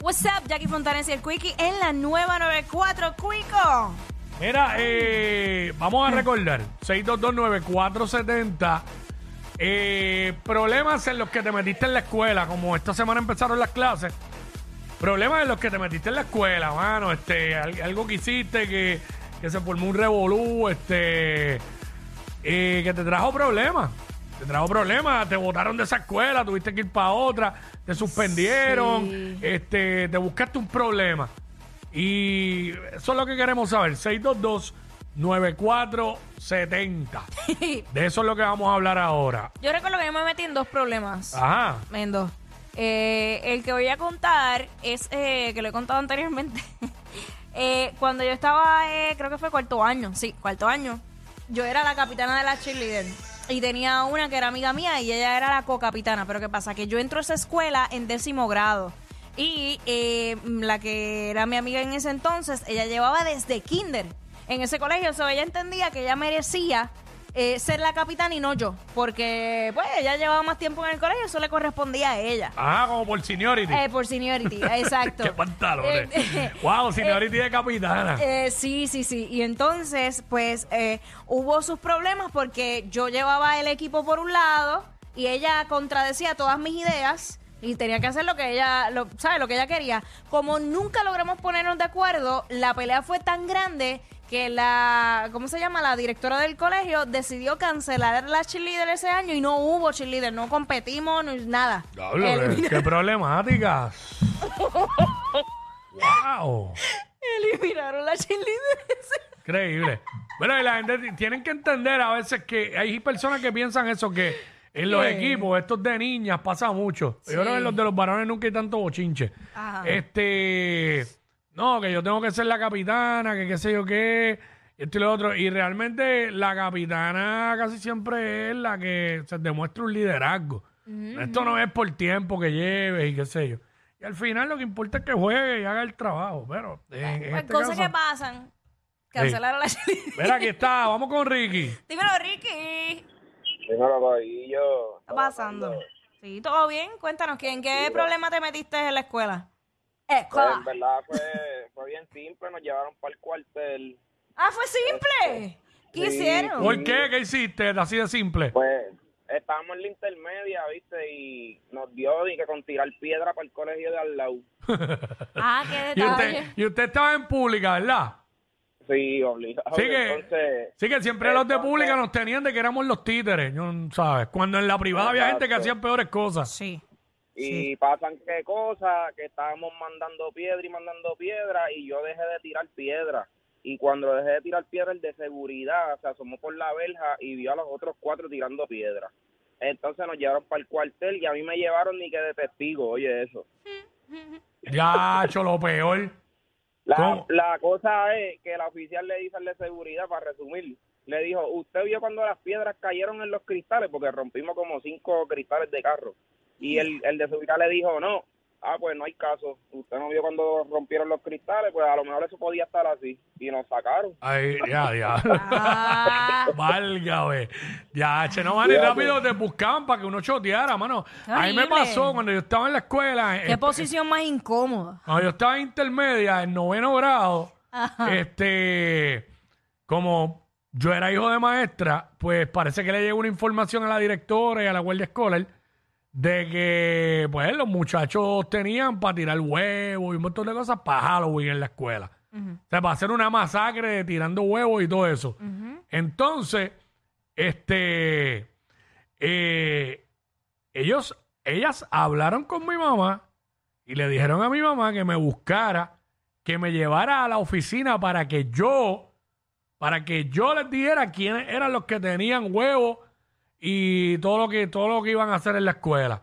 What's up, Jackie Fontanes y el Quickie en la nueva 94, Quico. Mira, eh, vamos a recordar, 6229470, eh, problemas en los que te metiste en la escuela, como esta semana empezaron las clases, problemas en los que te metiste en la escuela, mano, este, al- algo que hiciste que, que se formó un revolú, este, eh, que te trajo problemas, te trajo problemas, te botaron de esa escuela, tuviste que ir para otra, te suspendieron, Sí. este, te buscaste un problema. Y eso es lo que queremos saber. 622-9470. De eso es lo que vamos a hablar ahora. Yo recuerdo que yo me metí en dos problemas. Ajá. En dos. Eh, el que voy a contar es, eh, que lo he contado anteriormente, Eh, cuando yo estaba, eh, creo que fue cuarto año, sí, cuarto año, yo era la capitana de la cheerleader y tenía una que era amiga mía y ella era la co-capitana, pero ¿qué pasa? Que yo entro a esa escuela en décimo grado y eh, la que era mi amiga en ese entonces, ella llevaba desde kinder en ese colegio, o sea, ella entendía que ella merecía eh, ser la capitana y no yo, porque pues ella llevaba más tiempo en el colegio, eso le correspondía a ella. Ajá, como por seniority. Eh, por seniority, exacto. Ah, Qué pantalones. Eh, wow, seniority de capitana. eh, sí, sí, sí. Y entonces, pues, eh, hubo sus problemas porque yo llevaba el equipo por un lado y ella contradecía todas mis ideas y tenía que hacer lo que ella, lo, ¿sabes? Lo que ella quería. Como nunca logramos ponernos de acuerdo, la pelea fue tan grande que la, ¿cómo se llama? La directora del colegio decidió cancelar la cheerleader ese año y no hubo cheerleader, no competimos, no, nada. Diablo, eh, El- qué, qué problemáticas. wow. Eliminaron la cheerleader. Increíble. Bueno, y la gente t- tienen que entender a veces que hay personas que piensan eso, que en los Sí. equipos, estos de niñas, pasa mucho. Yo creo que en los de los varones nunca hay tanto bochinche. Ajá. Este, no, que yo tengo que ser la capitana, que qué sé yo qué, esto y lo otro. Y realmente la capitana casi siempre es la que se demuestra un liderazgo. Mm. Esto no es por tiempo que lleves y qué sé yo. Y al final lo que importa es que juegue y haga el trabajo. Pero en, en Pues este cosas caso- que pasan. Cancelaron la cheerleader. Mira, aquí está, vamos con Ricky. Dímelo, Ricky. Dímelo, Corillo. ¿Qué está pasando? Sí, todo bien. Cuéntanos, ¿qué- ¿en qué problema te metiste en la escuela? Pues, Escuela. en verdad fue, fue bien simple, nos llevaron para el cuartel. Ah, fue simple. ¿Qué Sí. hicieron? ¿Por qué? ¿Qué hiciste? Así de simple. Pues estábamos en la intermedia, ¿viste? Y nos dio y que con tirar piedra para el colegio de al lado. Ah, qué Y usted, detalle. y usted estaba en pública, ¿verdad? Sí, obligado. Sí que- Entonces, Sí, que siempre los de Entonces- pública nos tenían de que éramos los títeres, yo no- ¿sabes? Cuando en la privada había gente que Exacto. hacía peores cosas. Sí. y pasan qué cosas, que estábamos mandando piedra y mandando piedra, y yo dejé de tirar piedra. Y cuando dejé de tirar piedra, el de seguridad se asomó por la verja y vio a los otros cuatro tirando piedra. Entonces nos llevaron para el cuartel y a mí me llevaron ni que de testigo, oye, eso. Ya, hecho lo peor. La, ¿Cómo? la cosa es que la oficial le dice al de seguridad, para resumir, le dijo, usted vio cuando las piedras cayeron en los cristales, porque rompimos como cinco cristales de carro. Y el, el de seguridad le dijo, no, ah, pues no hay caso, usted no vio cuando rompieron los cristales, pues a lo mejor eso podía estar así. Y nos sacaron. Ay, ya, ya. Ah, Válgame. Ya, che, no, mano, y Cuidado. rápido te buscaban para que uno choteara, mano. A mí me Horrible. pasó cuando yo estaba en la escuela. qué eh, posición más incómoda. Cuando yo estaba en intermedia, en noveno grado, Ajá. este, como yo era hijo de maestra, pues parece que le llegó una información a la directora y a la guardia escolar de que, pues, los muchachos tenían para tirar huevos y un montón de cosas para Halloween en la escuela. O sea, para hacer una masacre de tirando huevos y todo eso. Entonces, este, eh, ellos, ellas hablaron con mi mamá y le dijeron a mi mamá que me buscara, que me llevara a la oficina para que yo, para que yo les dijera quiénes eran los que tenían huevos y todo lo que, todo lo que iban a hacer en la escuela.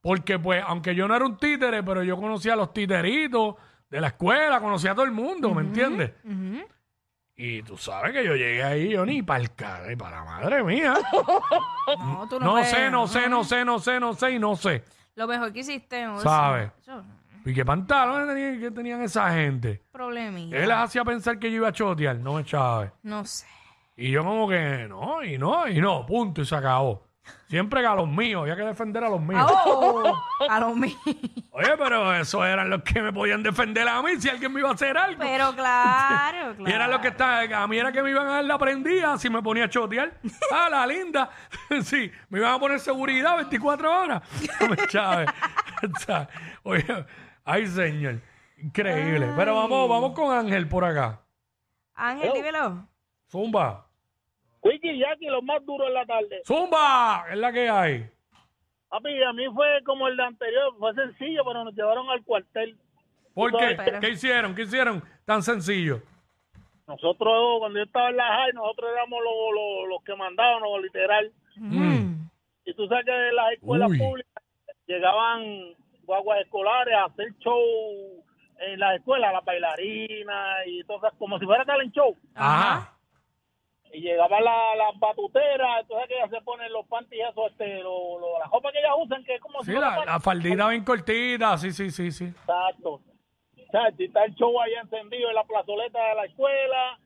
Porque pues, aunque yo no era un títere, pero yo conocía a los títeritos de la escuela, conocía a todo el mundo, ¿me entiendes? Ujú. Y tú sabes que yo llegué ahí, yo ni para el cara, y para la madre mía. No, tú no, No, puedes. sé, no sé, no sé, no sé, no sé, y no sé. Lo mejor que hiciste. ¿no? Sabe. Eso, ¿Y qué pantalones tenían, qué tenían esa gente? Problemilla. Él las hacía pensar que yo iba a chotear, no me Chávez. No sé. Y yo como que no, y no, y no, punto, y se acabó. Siempre que a los míos, había que defender a los míos. ¡Oh! A los míos. Oye, pero esos eran los que me podían defender a mí si alguien me iba a hacer algo. Pero claro, claro. Y era lo que estaba, a mí era que me iban a dar la prendida si me ponía a chotear. Ah, la linda. sí, me iban a poner seguridad 24 horas. No me chaves. O sea, Oye, ay señor, increíble. Pero vamos, vamos con Ángel por acá. Oh. Ángel, dímelo. Zumba, Wiki y Jackie, los más duros en la tarde. Zumba, es la que hay. Papi, a mí fue como el de anterior, fue sencillo, pero nos llevaron al cuartel. ¿Por qué? Pero- ¿Qué hicieron? ¿Qué hicieron? Tan sencillo. Nosotros, cuando yo estaba en la high, nosotros éramos los, los, los que mandábamos, literal. Mm. Y tú sabes que de las escuelas Uy. públicas llegaban guaguas escolares a hacer show en las escuelas, las bailarinas y cosas, como si fuera talent show. Ajá. Y llegaban la- las batuteras, entonces que ellas se ponen los panties, eso, este, lo, lo- la ropa que ellas usan, que es como Sí, si fuera la, para- la faldita bien cortita. Sí, sí, sí, sí. Exacto. Chachi, está el show ahí encendido en la plazoleta de la escuela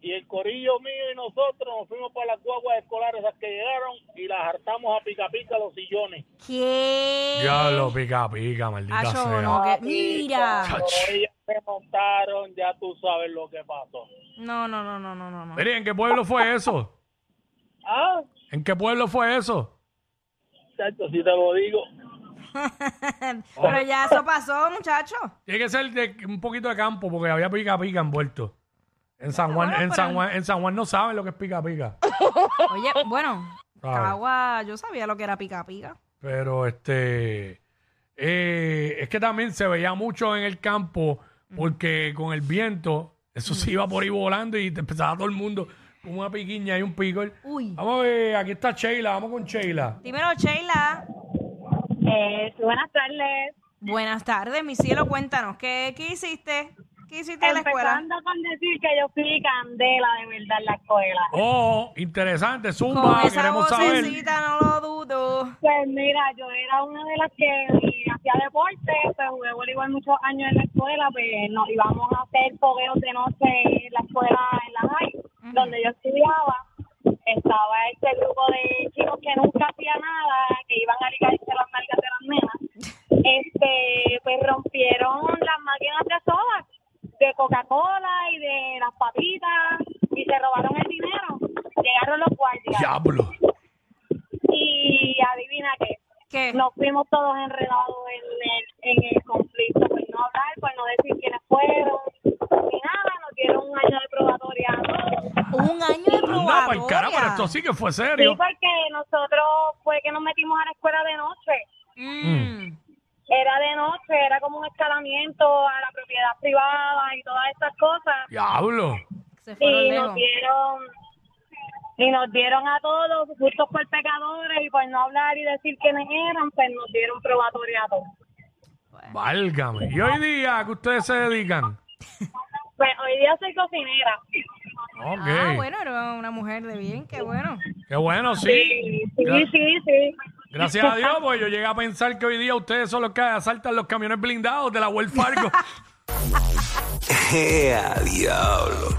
y el corillo mío y nosotros nos fuimos para las guaguas escolares las que llegaron y las hartamos a pica pica los sillones. ¿Qué? Diablo, pica, pica, maldita Eh. Acho, sea. Ah, no, Ah, que- mira. Cuando ellas se montaron, ya tú sabes lo que pasó. No, no, no, no, no, no. no. Mire, ¿en qué pueblo fue eso? Ah, ¿En qué pueblo fue eso? chacho, si te lo digo. Pero ya eso pasó, muchacho. Tiene que ser de un poquito de campo porque había pica pica envuelto. En San Juan, bueno, en pero- San Juan, en San Juan no saben lo que es pica pica. Oye, bueno, Sabe. Cagua, yo sabía lo que era pica pica. Pero este eh, es que también se veía mucho en el campo porque con el viento eso se iba por ahí volando y te empezaba todo el mundo con una piquiña y un picor. Uy. Vamos a ver, aquí está Sheila, vamos con Sheila. Dímelo, Sheila. Eh, buenas tardes. Buenas tardes, mi cielo, cuéntanos, ¿qué, qué hiciste? ¿Qué hiciste en la escuela? Empezando con decir que yo fui candela de verdad en la escuela. Oh, interesante, Con Zumba, esa queremos saber. vocecita, no lo dudo. Pues mira, yo era una de las que hacía deporte, pues jugué voleibol muchos años en la escuela, pues nos íbamos a hacer fogueos de noche en la escuela, en la high, donde yo estudiaba. Estaba este grupo de chicos que nunca hacían nada, que iban a ligarse las nalgas de las nenas. Este, pues rompieron las máquinas de soda, de Coca-Cola y de las papitas, y se robaron el dinero. Llegaron los guardias. Diablo. Y adivina qué, ¿Qué? nos fuimos todos enredados en el, en el conflicto, por no hablar, por no decir quiénes fueron, ni nada, nos dieron un año de probatoria. Un año de Anda pa'l carajo, pero probatoria. esto sí que fue Sí, serio. porque nosotros fue que nos metimos a la escuela de noche, Mm. era de noche, era como un escalamiento a la propiedad privada y todas esas cosas, Diablo. Se fueron y nos lejos. dieron... Y nos dieron a todos justos por pecadores y por no hablar y decir quiénes eran, pues nos dieron probatoria a todos. Válgame. ¿Y hoy día a qué ustedes se dedican? Pues hoy día soy cocinera. Ok. Ah, bueno, era una mujer de bien, qué bueno. Qué bueno, sí. Sí, Gra- sí, sí, sí. Gracias a Dios, pues yo llegué a pensar que hoy día ustedes son los que asaltan los camiones blindados de la Wells Fargo. ¡Ea, diablo!